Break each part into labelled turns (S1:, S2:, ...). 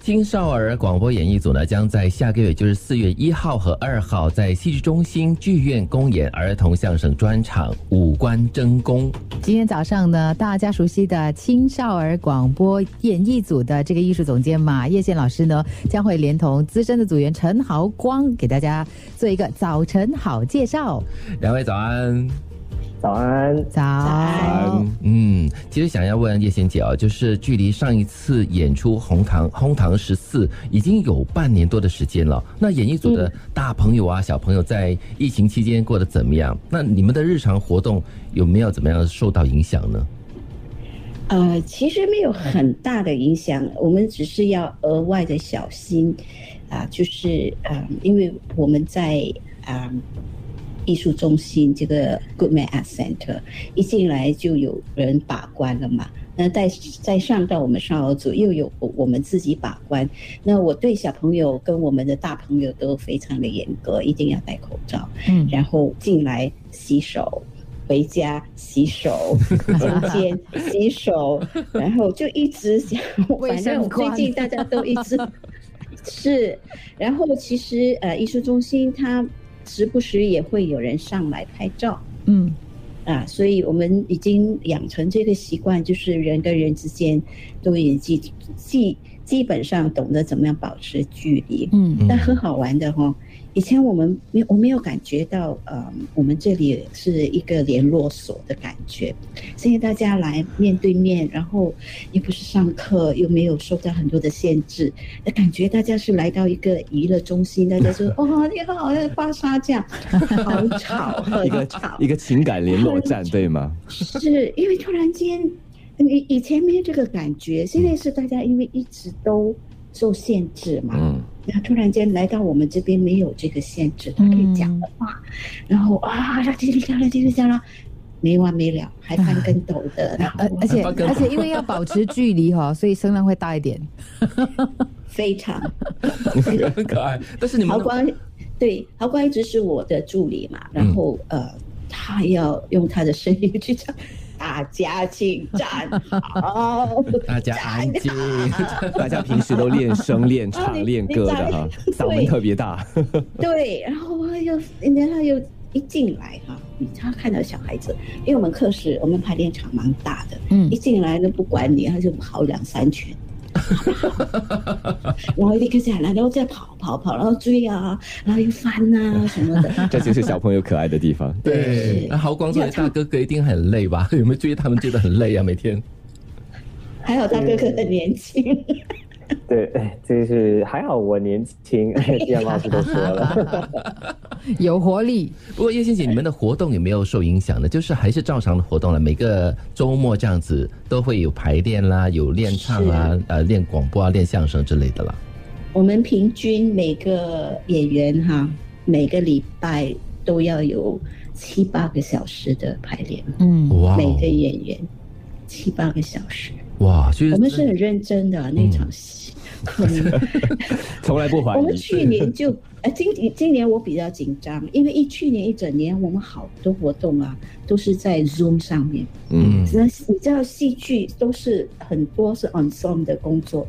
S1: 青少儿广播演艺组呢，将在下个月，就是四月一号和二号，在戏剧中心剧院公演儿童相声专场《五官争功》。
S2: 今天早上呢，大家熟悉的青少儿广播演艺组的这个艺术总监马叶宪老师呢，将会连同资深的组员陈豪光，给大家做一个早晨好介绍。
S1: 两位早安。
S3: 早安，
S2: 早安，
S1: 嗯，其实想要问叶贤姐啊，就是距离上一次演出《红糖红糖十四》已经有半年多的时间了。那演艺组的大朋友啊、小朋友在疫情期间过得怎么样？那你们的日常活动有没有怎么样受到影响呢？
S4: 呃，其实没有很大的影响，我们只是要额外的小心，啊、就是啊、因为我们在啊、艺术中心这个 Goodman Art Center 一进来就有人把关了嘛，那再再上到我们少儿组又有我们自己把关，那我对小朋友跟我们的大朋友都非常的严格，一定要戴口罩。
S2: 嗯，
S4: 然后进来洗手，回家洗手，中间洗手，然后就一直想，
S2: 卫
S4: 反正
S2: 生
S4: 我最
S2: 官
S4: 近大家都一直 是，然后其实呃，艺术中心它时不时也会有人上来拍照。
S2: 嗯，
S4: 啊，所以我们已经养成这个习惯，就是人跟人之间都已经基基基本上懂得怎么样保持距离。
S2: 嗯，
S4: 但很好玩的哈、哦。以前我们没有我没有感觉到，呃，我们这里是一个联络所的感觉。现在大家来面对面，然后又不是上课，又没有受到很多的限制，那感觉大家是来到一个娱乐中心，大家说哦，你好，像巴沙这样，好吵，
S3: 一
S4: 很
S3: 个
S4: 吵
S3: 一，个情感联络站，对 吗？
S4: 是因为突然间，你以前没有这个感觉，现在是大家因为一直都受限制嘛，
S3: 嗯，
S4: 然后突然间来到我们这边没有这个限制，他可以讲
S2: 嗯
S4: 的话，然后啊，那叽里呱啦叽里呱啦，没完没了，还翻跟斗的，然
S2: 而
S4: 后
S2: 啊
S4: 啊
S2: 而且
S1: 八根
S2: 而且因为要保持距离哈、所以声量会大一点。
S4: 非常 呃
S1: 很可爱。但是你们
S4: 豪光，对豪光一直是我的助理嘛，然后、呃，他要用他的声音去唱。大家请站好，
S1: 大家安静，
S3: 大家平时都练声、练
S4: 哦
S3: 唱、
S4: 你
S3: 练歌的
S4: 你
S3: 哈，
S4: 在
S3: 嗓门特别大。
S4: 对，然后他又，然后他又一进来哈、他看到小孩子，因为我们课室我们排练场蛮大的，
S2: 嗯
S4: 一进来都不管你，他就跑两三圈。然后立刻下来，然后再跑跑跑，然后追啊，然后又翻啊什么 的。
S3: 这就是小朋友可爱的地方。
S1: 对
S4: 是，
S1: 那豪光作为大哥哥一定很累吧？ 有没有追他们追得很累啊？每天
S4: 还好大哥哥很年轻，
S5: 对，哎就是还好我年轻，既然老师都说了，
S2: 有活力，
S1: 不过叶欣姐，你们的活动有没有受影响呢？就是还是照常的活动了，每个周末这样子都会有排练啦，有练唱啦，呃，练广播啊，练相声之类的啦。
S4: 我们平均每个演员哈，每个礼拜都要有七八个小时的排练，
S2: 嗯
S1: 哇哦，
S4: 每个演员七八个小时。
S1: 哇，所以
S4: 我们是很认真的、啊
S1: 嗯
S4: 那场戏，
S3: 从来不怀
S4: 我们
S3: 疑。
S4: 去年就，呃，今今年我比较紧张，因为一去年一整年我们好多活动啊都是在 Zoom 上面，
S3: 嗯，
S4: 那你知道戏剧都是很多是 ensemble 的工作，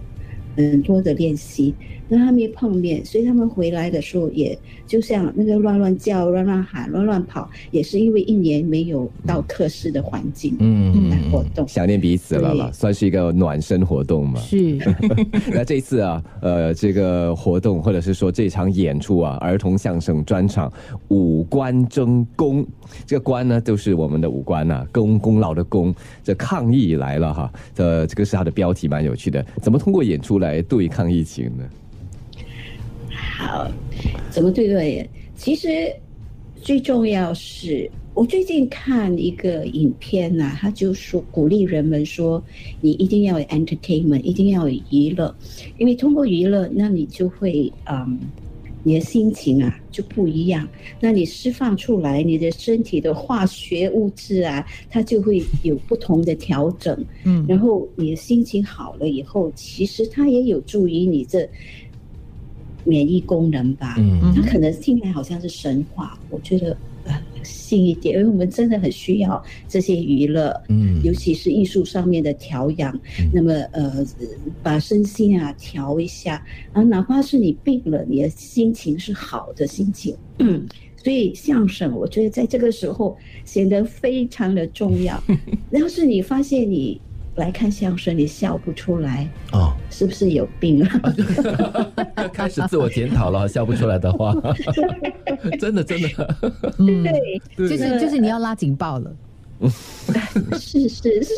S4: 很多的练习，那他们一碰面，所以他们回来的时候也就像那个乱乱叫、乱乱喊、乱乱跑，也是因为一年没有到课室的环境
S1: 嗯
S4: 来活动。
S3: 想念彼此了啦，
S4: 对
S3: 算是一个暖身活动嘛。
S2: 是，
S3: 那这次啊，呃，这个活动或者是说这场演出啊，儿童相声专场《五官争功》，这个官呢就是我们的五官呐、功功劳的功。这抗疫来了哈，这这个是它的标题，蛮有趣的。怎么通过演出来对抗疫情呢？
S4: 好，怎么对待人？其实最重要是，我最近看一个影片呐、他就说鼓励人们说，你一定要有 entertainment，一定要有娱乐，因为通过娱乐，那你就会嗯。你的心情啊就不一样，那你释放出来，你的身体的化学物质啊，它就会有不同的调整。
S2: 嗯
S4: 然后你的心情好了以后，其实它也有助于你这免疫功能吧。
S1: 嗯
S4: 它可能听来好像是神话，我觉得性一点，因为我们真的很需要这些娱乐，
S1: 嗯
S4: 尤其是艺术上面的调养。那么呃，把身心啊调一下，啊，哪怕是你病了，你的心情是好的心情，嗯。所以相声，我觉得在这个时候显得非常的重要。要是你发现你来看相声，你笑不出来，
S1: 哦，
S4: 是不是有病啊了？
S1: 开始自我检讨了，笑不出来的话，真的真的，
S2: 嗯，
S4: 对，
S2: 就是就是你要拉警报了，
S4: 是是是，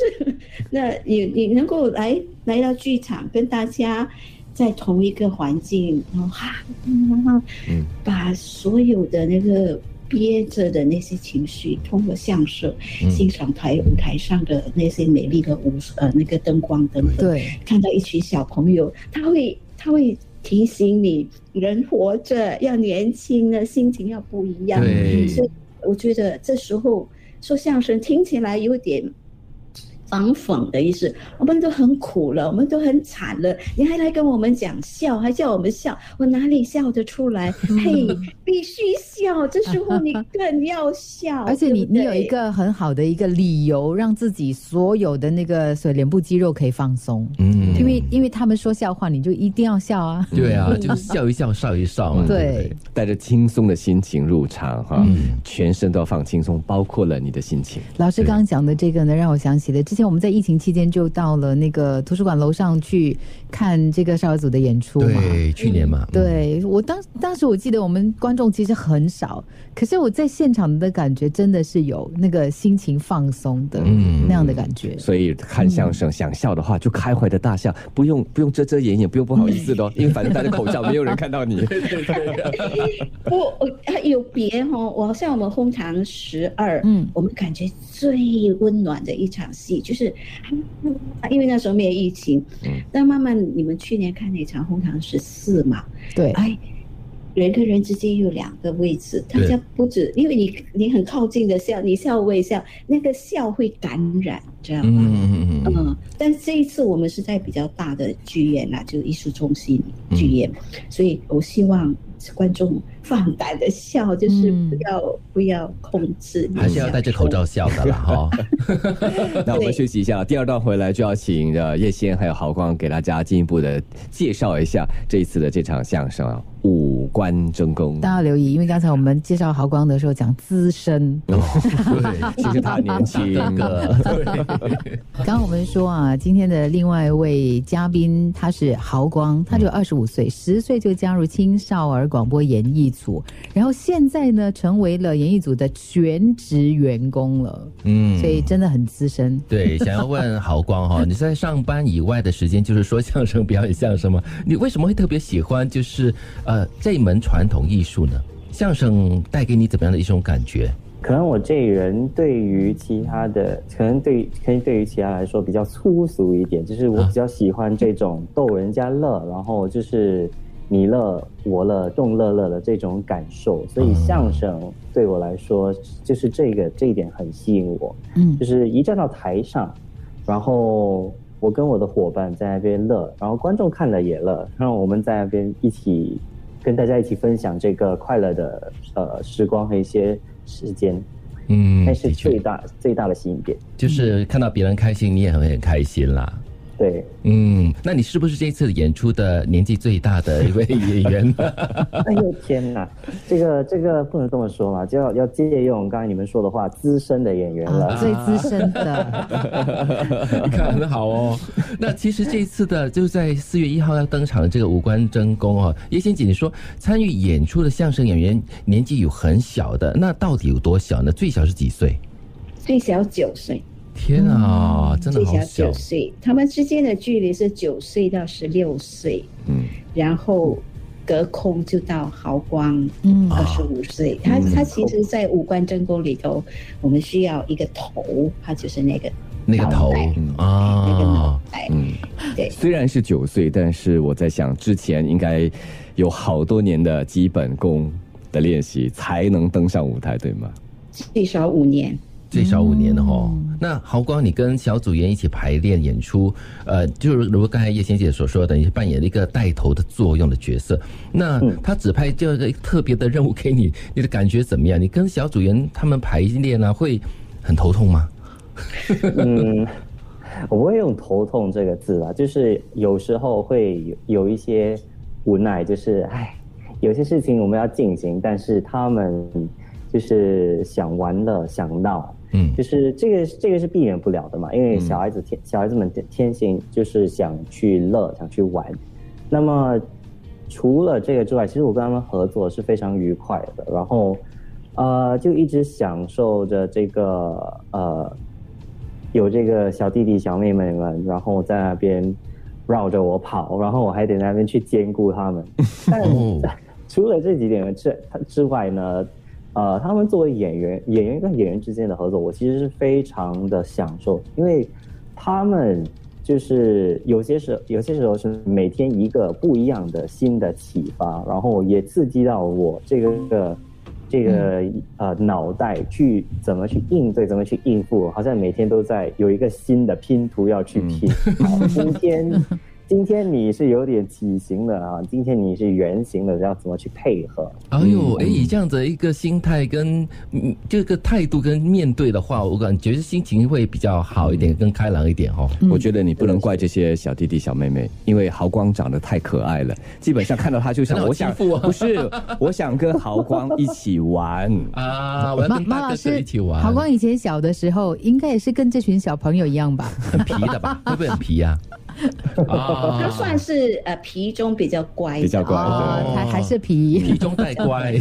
S4: 那你你能够来来到剧场，跟大家在同一个环境，然后哈，然后
S3: 嗯
S4: 把所有的那个憋着的那些情绪，通过相声
S1: 嗯
S4: 欣赏台舞台上的那些美丽的舞呃那个灯光等等，
S2: 对，
S4: 看到一群小朋友，他会他会提醒你，人活着要年轻的心情要不一样。
S1: 对
S4: 所以我觉得这时候说相声听起来有点反讽的意思。我们都很苦了，我们都很惨了，你还来跟我们讲笑，还叫我们笑，我哪里笑得 出来？嘿，必须笑，这时候你更要笑。
S2: 而且你
S4: 对不对
S2: 你有一个很好的一个理由，让自己所有的那个所谓脸部肌肉可以放松，
S1: 嗯
S2: 因为因为他们说笑话，你就一定要笑啊，
S1: 对啊，就是笑一笑，笑一笑嘛，对不
S2: 对
S1: 对？，
S3: 带着轻松的心情入场哈，
S1: 嗯
S3: 全身都要放轻松，包括了你的心情。
S2: 老师刚刚讲的这个呢，让我想起了之前我们在疫情期间就到了那个图书馆楼上去看这个少儿组的演出嘛。
S1: 对，去年嘛，嗯，
S2: 对我当当时我记得我们观众其实很少，可是我在现场的感觉真的是有那个心情放松的、
S1: 嗯
S2: 那样的感觉。
S3: 所以看相声，想笑的话就开怀的大笑，不用不用遮遮掩掩，不用不好意思的哦，因为反正戴着口罩，没有人看到你。
S4: 不，我啊有别哦，我好像我们哄堂十二，
S2: 嗯
S4: 我们感觉最温暖的一场戏就是，啊因为那时候没有疫情，
S3: 嗯
S4: 但慢慢你们去年看那场哄堂十四嘛，
S2: 对，
S4: 哎，人跟人之间有两个位置，大
S1: 对
S4: 家不止，因为你你很靠近的笑，你笑我也笑，那个笑会感染，知道吗？
S1: 嗯嗯嗯嗯
S4: 嗯，但这一次我们是在比较大的剧院啦，就是艺术中心剧
S1: 嗯
S4: 院，所以我希望观众放胆的笑，就是
S2: 嗯
S4: 不要、不要控制，
S1: 嗯，还是要戴着口。罩笑的啦，哈。
S3: 那我们
S4: 对
S3: 休息一下，第二段回来就要请呃叶仙还有郝光给大家进一步的介绍一下这一次的这场相声啊，五官争功。
S2: 大家要留意，因为刚才我们介绍豪光的时候讲资深，
S1: 对，
S3: 其实他很年轻，
S1: 大
S3: 啊
S1: 哥，
S2: 刚刚我们说啊，今天的另外一位嘉宾他是豪光，他就二十五岁，十岁就加入青少儿广播演艺组，然后现在呢成为了演艺组的全职员工了，
S1: 嗯
S2: 所以真的很资深。
S1: 对，想要问豪光哈、你在上班以外的时间，就是说相声表演相声吗？你为什么会特别喜欢就是呃这一门传统艺术呢？相声带给你怎么样的一种感觉？
S5: 可能我这人对于其他的，可能对于可能对于其他来说比较粗俗一点，就是我
S1: 啊
S5: 比较喜欢这种逗人家乐，然后就是你乐我乐众乐乐的这种感受，所以
S1: 嗯
S5: 相声对我来说就是这个这一点很吸引我，
S2: 嗯
S5: 就是一站到台上，然后我跟我的伙伴在那边乐，然后观众看了也乐，然后我们在那边一起跟大家一起分享这个快乐的呃时光和一些时间，
S1: 嗯
S5: 那是
S1: 的确
S5: 最大最大的吸引点。
S1: 就是看到别人开心，你也会很开心啦。
S5: 对，
S1: 嗯，那你是不是这次演出的年纪最大的一位演员？
S5: 哎呦天哪，这个这个不能这么说嘛，就要要借用刚才你们说的话，资深的演员了。
S2: 啊，最资深 的，
S1: 看很好哦。 那其实这次的就是在四月一号要登场的这个无关真功哦，叶仙姐，你说参与演出的相声演员年纪有很小的，那到底有多小呢？最小是几岁？
S4: 最小九岁，
S1: 天啊，真的
S4: 最
S1: 好
S4: 小
S1: 小
S4: 九！岁，他们之间的距离是九岁到十六岁，
S3: 嗯，
S4: 然后隔空就到豪光
S2: 嗯
S1: 啊
S4: 二十五岁，他
S3: 嗯
S4: 他其实，在五官真功里头，我们需要一个头，他就是那个
S1: 那个头
S4: 脑袋
S3: 嗯
S4: 那个
S1: 啊
S4: 脑，袋，
S3: 嗯，
S4: 对，
S3: 虽然是九岁，但是我在想之前应该有好多年的基本功的练习才能登上舞台，对吗？
S4: 最少五年，
S1: 最少五年了哈、
S2: 嗯
S1: 那豪光，你跟小组员一起排练演出，呃，就是如刚才叶仙姐所说的，等于扮演了一个带头的作用的角色。那
S2: 嗯
S1: 他指派这样的一个特别的任务给你， 你的感觉怎么样？你跟小组员他们排练啊，会很头痛吗？
S5: 嗯，我不会用头痛这个字吧，就是有时候会有有一些无奈，就是唉，有些事情我们要进行，但是他们就是想玩乐想闹，
S1: 嗯
S5: 就是这个这个是避免不了的嘛，因为小孩子天、小孩子们天天性就是想去乐，想去玩。那么除了这个之外，其实我跟他们合作是非常愉快的，然后呃就一直享受着这个呃有这个小弟弟小妹妹们，然后在那边绕着我跑，然后我还得在那边去兼顾他们。但
S1: 哦
S5: 除了这几点之之外呢，呃，他们作为演员，演员跟演员之间的合作，我其实是非常的享受，因为他们就是有些时有些时候是每天一个不一样的新的启发，然后也刺激到我这个这个
S3: 嗯
S5: 呃脑袋去怎么去应对，怎么去应付，好像每天都在有一个新的拼图要
S3: 嗯
S5: 去 拼。好今天今天你是有点体型的啊，今天你是圆形的，要怎么去配合？
S1: 哎呦，
S2: 嗯
S1: 哎，以这样子一个心态跟嗯这个态度跟面对的话，我感觉心情会比较好一点，
S2: 嗯
S1: 更开朗一点哦。
S3: 我觉得你不能怪这些小弟弟小妹妹，因为豪光长得太可爱了，基本上看到他就想，
S1: 很好
S3: 我
S1: 欺
S3: 想
S1: 负啊
S3: 不是，我想跟豪光一起玩。
S1: 啊，我要
S2: 马
S1: 跟
S2: 马
S1: 大
S2: 老
S1: 哥哥
S2: 师
S1: 一起，玩，
S2: 好光以前小的时候，应该也是跟这群小朋友一样吧？
S1: 很皮的 吧？会不会很皮呀、啊？
S4: 他算是呃皮中比较乖的，
S3: 比较 乖
S2: 哦，还还是
S1: 皮
S2: 皮。
S1: 中带乖，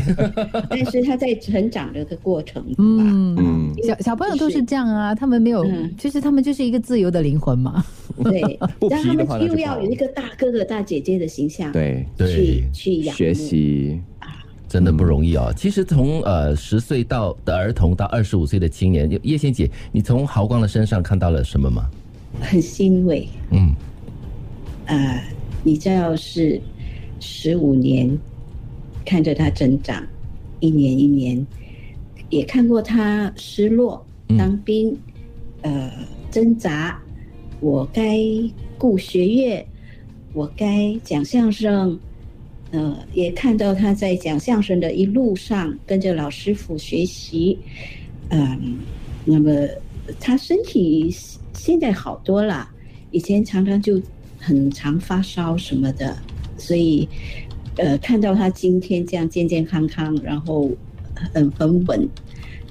S4: 但是他在成长的个过程吧，
S2: 嗯，
S3: 嗯，
S2: 小小朋友都是这样啊，他们没有，
S4: 嗯
S2: 就是他们就是一个自由的灵魂嘛。
S4: 对，
S3: 不
S4: 但
S3: 皮
S4: 他
S3: 的话那
S4: 们
S3: 就
S4: 又
S3: 不
S4: 要
S3: 好
S4: 有一个大哥哥大姐姐的形象，，
S3: 对，
S1: 对
S4: 去。去养
S3: 学
S4: 育。
S3: 习，
S1: 真的不容易哦。其实从呃十岁到的儿童到二十五岁的青年，叶叶仙姐，你从豪光的身上看到了什么吗？
S4: 很欣慰。
S1: 嗯，
S4: 呃，你这要是十五年看着他增长，一年一年，也看过他失落
S1: 嗯、
S4: 当兵，呃，挣扎，我该顾学业，我该讲相声。呃，也看到他在讲相声的一路上跟着老师傅学习，嗯，那么他身体现在好多了，以前常常就很常发烧什么的，所以呃，看到他今天这样健健康康，然后很很稳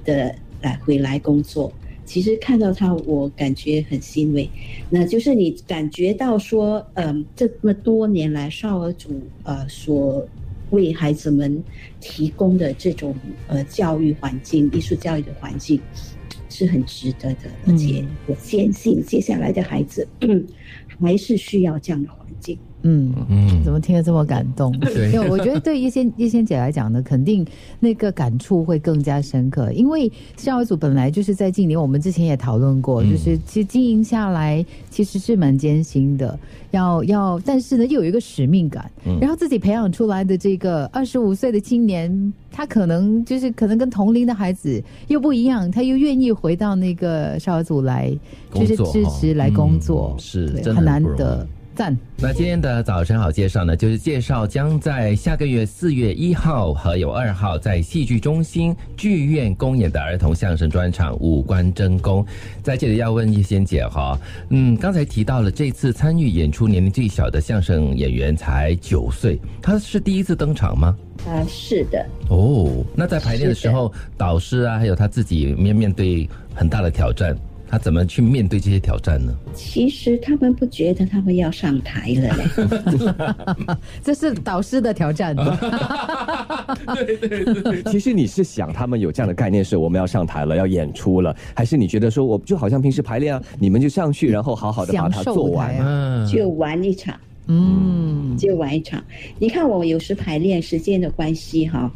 S4: 的来回来工作，其实看到他我感觉很欣慰。那就是你感觉到说，嗯、这么多年来少儿组呃所为孩子们提供的这种呃教育环境、艺术教育的环境是很值得的，
S2: 嗯
S4: 而且我坚信接下来的孩子、嗯还是需要这样的环境。
S2: 嗯。
S1: 嗯
S2: 怎么听得这么感动？
S1: 对
S2: 因为我觉得对叶仙叶仙姐来讲呢，肯定那个感触会更加深刻，因为少儿组本来就是在近年，我们之前也讨论过，
S1: 嗯
S2: 就是其实经营下来其实是蛮艰辛的，要要，但是呢又有一个使命感，
S1: 嗯
S2: 然后自己培养出来的这个二十五岁的青年，他可能就是可能跟同龄的孩子又不一样，他又愿意回到那个少儿组来，就是
S1: 工作
S2: 支持来工作，
S1: 嗯是
S2: 对
S1: 真的
S2: 很难
S1: 不容易
S2: 得，赞。
S1: 那今天的早晨好介绍呢，就是介绍将在下个月四月一号和有二号在戏剧中心剧院公演的儿童相声专场《五官争功》。在这里要问叶仙姐哈，嗯，刚才提到了这次参与演出年龄最小的相声演员才九岁，他是第一次登场吗？
S4: 啊、是的，
S1: 哦，那在排练的时候，导师啊，还有他自己面面对很大的挑战，他怎么去面对这些挑战呢？
S4: 其实他们不觉得他们要上台了嘞。
S2: 这是导师的挑战。
S3: 其实你是想他们有这样的概念是我们要上台了，要演出了，还是你觉得说我就好像平时排练啊，你们就上去，然后好好的把它
S2: 享受
S3: 做
S2: 舞台
S3: 完
S2: 啊？
S1: 嗯，
S4: 就玩一场，
S2: 嗯，
S4: 就玩一场。你看我有时排练时间的关系哈，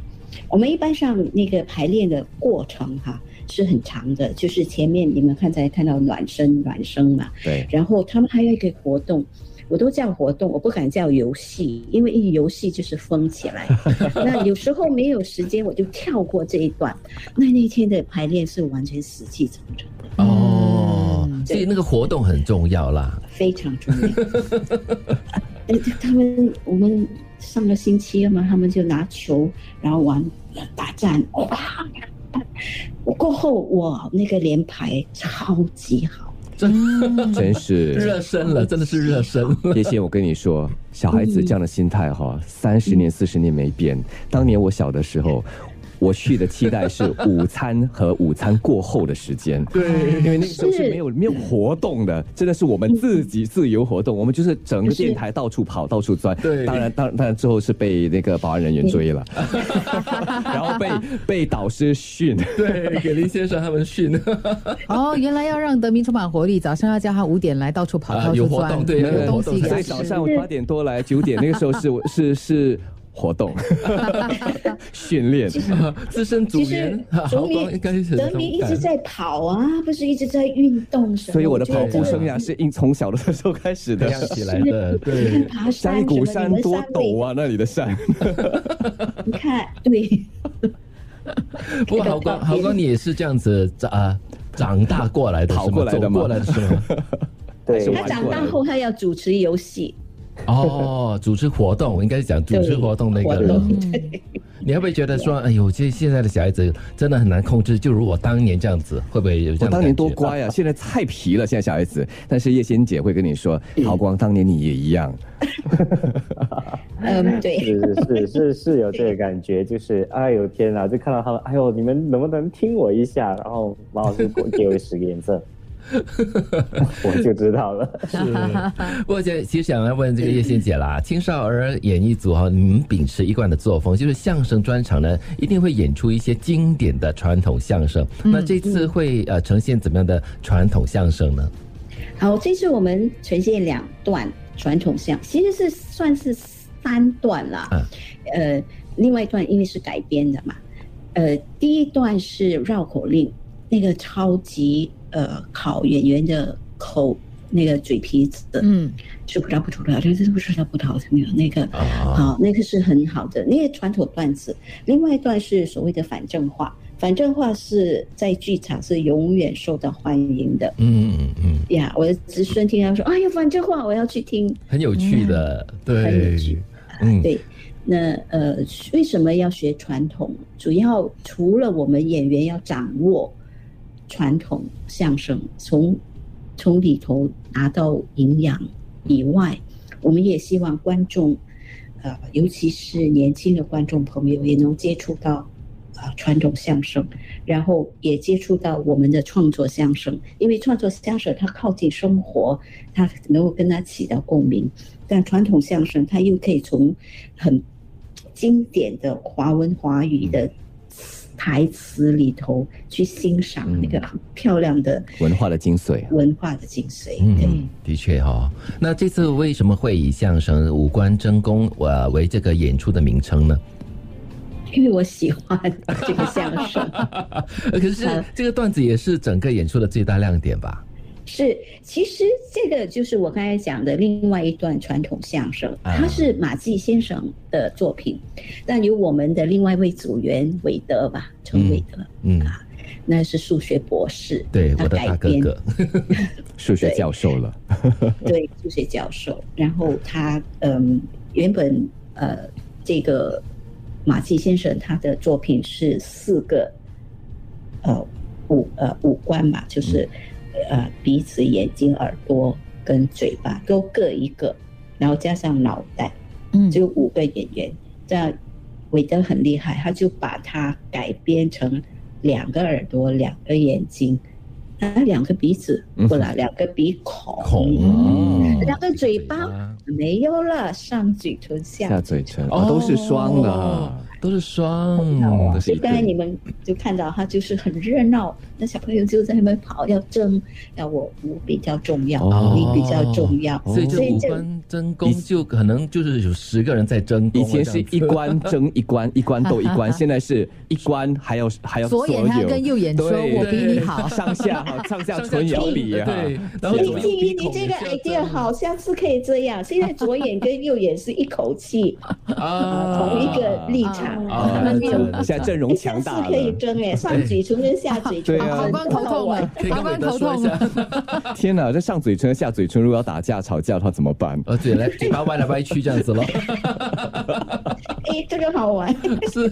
S4: 我们一般上那个排练的过程哈是很长的，就是前面你们刚才看到暖身暖身嘛，
S3: 对，
S4: 然后他们还有一个活动，我都叫活动，我不敢叫游戏，因为一游戏就是疯起来。那有时候没有时间，我就跳过这一段。那那天的排练是完全死气沉沉的，
S1: 哦，
S2: 嗯
S1: 所以那个活动很重要啦。
S4: 非常重 要。呃，他们我们上个星期啊嘛，他们就拿球然后玩打战，哇！我过后我那个连排超级好，
S3: 真是。
S1: 热身了，真的是热身了。
S3: 叶欣，我跟你说，小孩子这样的心态哈，三十年、四十年没变。当年我小的时候，我去的期待是午餐和午餐过后的时间。
S1: 对，
S3: 因为那个时候是
S4: 是
S3: 没有没有活动的，真的是我们自己自由活动，我们就是整个
S4: 就是
S3: 电台到处跑，到处钻。
S1: 对
S3: 当然，当然，当然之后是被那个保安人员 追了，然后被被导师训。
S1: 对，给林先生他们训
S2: 哦，原来要让德明充满活力，早上要叫他五点来到处跑，
S1: 啊
S2: 到
S1: 有
S2: 处
S1: 活
S2: 钻，
S1: 动对
S2: 有
S1: 有活
S2: 东西啊
S1: 动
S2: 给
S3: 所
S2: 他
S3: 以
S1: 对
S3: 早
S2: 吃。
S3: 上我八点多来，九点那个时候是是是 活动训练。
S1: 资深组
S4: 其
S1: 员
S4: 实，
S1: 豪光
S4: 德明
S1: 应该是
S4: 德明一直在跑啊，不是一直在运动什么？
S3: 所以我的
S4: 觉得
S3: 跑步
S4: 这个
S3: 生涯是因从小的时候开始
S1: 培
S3: 的。
S1: 养起来的，
S4: 你
S1: 对
S4: 看。
S3: 像
S4: 爬山
S3: 一
S4: 什么，
S3: 股
S4: 你
S3: 山
S4: 们
S3: 多
S4: 三
S3: 陡
S4: 位，
S3: 啊！那里的山，
S4: 你看，对，
S1: 不过豪光，豪光你也是这样子长啊长大过来的，
S3: 跑
S1: 是吗
S3: 过来的
S1: 走
S3: 吗
S1: 过来的是 吗？
S5: 对
S3: 还是，玩
S4: 他长大后他要主持游戏，
S1: 哦，主持活动应该是讲主持
S4: 对
S1: 活动那
S4: 活
S1: 个人，
S4: 动
S1: 你会不会觉得说，哎呦，这现在的小孩子真的很难控制？就如我当年这样子，会不会有这样的感
S3: 我
S1: 觉？
S3: 当年多乖啊！现在太皮了，现在小孩子。但是叶欣姐会跟你说，
S1: 嗯
S3: 郝光当年你也一样。
S4: 嗯，对，
S5: 是是是是有这个感觉，就是哎呦天哪，就看到他们，哎呦你们能不能听我一下？然后马老师给我给我使个 眼色，我就知道了。
S1: 是，我想其实想要问这个叶欣姐啦，青少儿演艺组哈，你们秉持一贯的作风，就是相声专场呢，一定会演出一些经典的传统相声。那这次会呃呈现怎么样的传统相声呢？
S4: 好，这次我们呈现两段传统相，其实是算是三段啦。
S1: 嗯
S4: 呃，另外一段因为是改编的嘛，呃，第一段是绕口令，那个超级呃考演员的口那个嘴皮子的，
S2: 嗯，
S4: 吃葡萄不吐葡萄，这是不是葡萄不萄没有那个。
S1: 啊，
S4: 嗯好、那个是很好的，那个传统段子。另外一段是所谓的反正话，反正话是在剧场是永远受到欢迎的。
S1: 嗯嗯嗯，
S4: 呀我的子孙听到说，哎呀，反正话我要去听。
S1: 很有趣的，
S4: 很
S1: 对
S4: 有趣，
S1: 嗯，
S4: 对，那呃，为什么要学传统？主要除了我们演员要掌握传统相声，从从里头拿到营养以外，我们也希望观众，呃，尤其是年轻的观众朋友，也能接触到。呃传统相声，然后也接触到我们的创作相声，因为创作相声它靠近生活，它能够跟它起到共鸣。但传统相声它又可以从很经典的华文华语的台词里头去欣赏那个很漂亮的
S3: 文化的精髓啊。
S4: 文化的精髓。对
S1: 嗯，的确哈、哦。那这次为什么会以相声“五官争功”呃为这个演出的名称 呢？
S4: 因为我喜欢这个相声。
S1: 呃可是这个段子也是整个演出的最大亮点吧？
S4: 是，其实这个就是我刚才讲的另外一段传统相声，
S1: 啊
S4: 它是马季先生的作品，但由我们的另外一位组员韦德吧，陈韦德，
S1: 嗯，
S4: 那是数学博士，
S1: 对，
S4: 他
S1: 我的
S4: 啊改
S1: 大哥
S4: 编
S1: 哥，
S3: 数学教授了，
S4: 对，数学教授。然后他嗯，原本呃，这个马季先生他的作品是四个呃五呃五官嘛，就是呃鼻子、眼睛、耳朵跟嘴巴都各一个，然后加上脑袋，
S2: 嗯
S4: 只有五个演员。这样韦德很厉害，他就把它改编成两个耳朵、两个眼睛。啊，两个鼻子不啦，两个鼻嗯
S3: 嗯
S1: 孔，
S4: 两个嘴巴没有了，上嘴唇下
S3: 下嘴唇哦，都是双的啊。哦
S1: 都是双
S4: 嗯，
S3: 都是
S4: 所
S3: 一
S4: 以刚才
S3: 对
S4: 你们就看到他就是很热闹，那小朋友就在那边跑，要争，要我我比较重要，
S3: 哦
S4: 你比较重要，
S1: 所以这
S4: 所以
S1: 五
S4: 这
S1: 官争功就可能就是有十个人在争功
S3: 以
S1: 了
S3: 前
S1: 这
S3: 是
S1: 样子
S3: 一关争一关，一关斗一 关，现在是一关还要还要
S2: 左眼他
S3: 有
S2: 跟右眼说
S3: 对
S2: 我比你
S3: 对
S2: 好
S3: 上下哈，上下
S1: 上下
S3: 唇也要
S1: 唇
S3: 比啊，
S1: 对然后
S3: 天
S1: 左
S3: 哪
S1: 右
S4: 静怡，
S1: 鼻
S4: 你
S1: 孔
S4: 这
S1: 也
S4: 个
S1: 是要
S4: idea
S1: 争
S4: 好，下次可以这样。现在左眼跟右眼是一口气，
S1: 啊，
S4: 同一个立场，
S1: 啊
S4: 他们没有
S1: 啊
S3: 现在阵容
S4: 哎
S3: 强
S4: 下
S3: 大
S4: 次可以
S3: 了，
S4: 争哎，上嘴唇跟下嘴唇
S3: 对
S4: 哎
S3: 啊
S4: 争，
S2: 好光头痛了，
S1: 呃可以
S2: 好
S1: 跟韦
S2: 光
S1: 德
S2: 头
S1: 说一
S2: 痛了。
S1: 下，
S3: 天哪，这上嘴唇和下嘴唇如果要打架吵架的话怎么办？
S1: 呃，嘴来嘴巴歪来歪去这样 子咯。
S4: 哎，这个好玩。
S1: 是，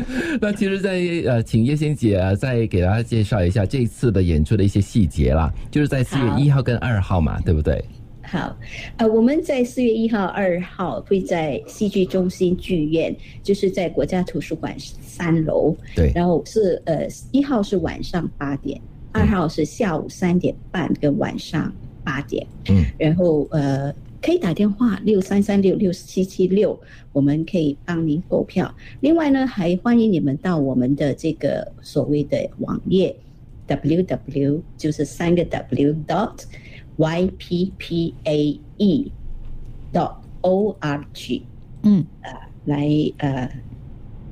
S1: 那其实在，呃，请叶欣姐、啊、再给大家介绍一下这一次的演出的一些细节啦，就是在四月
S4: 好
S1: 一号跟二号嘛，对不对？
S4: 好，呃，我们在四月一号、二号会在戏剧中心剧院，就是在国家图书馆三楼，
S1: 对，
S4: 然后是呃一号是晚上八点，
S1: 嗯
S4: 二号是下午三点半跟晚上八点，
S1: 嗯，
S4: 然后呃可以打电话六三三六六七七六，我们可以帮您购票。另外呢，还欢迎你们到我们的这个所谓的网页 www 就是三个 w dot y p p a e dot o r g
S2: 嗯，
S4: 来呃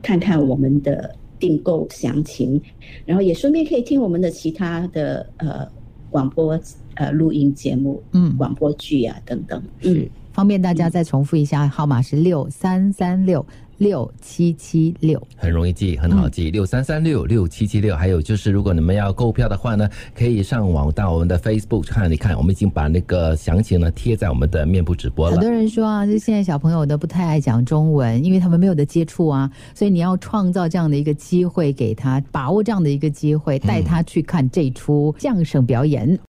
S4: 看看我们的订购详情，然后也顺便可以听我们的其他的呃广播呃录音节目、
S2: 嗯
S4: 广播剧啊等等。嗯，
S2: 方便大家再重复一下，号码是六三三六六七七六。
S1: 很容易记，很好记，六三三六六七七六。还有就是，如果你们要购票的话呢，可以上网到我们的 Facebook 看一看，我们已经把那个详情呢贴在我们的面部直播
S2: 很
S1: 了
S2: 多。人说啊，就现在小朋友都不太爱讲中文，因为他们没有的接触啊，所以你要创造这样的一个机会给他，把握这样的一个机会，带他去看这出相声表演。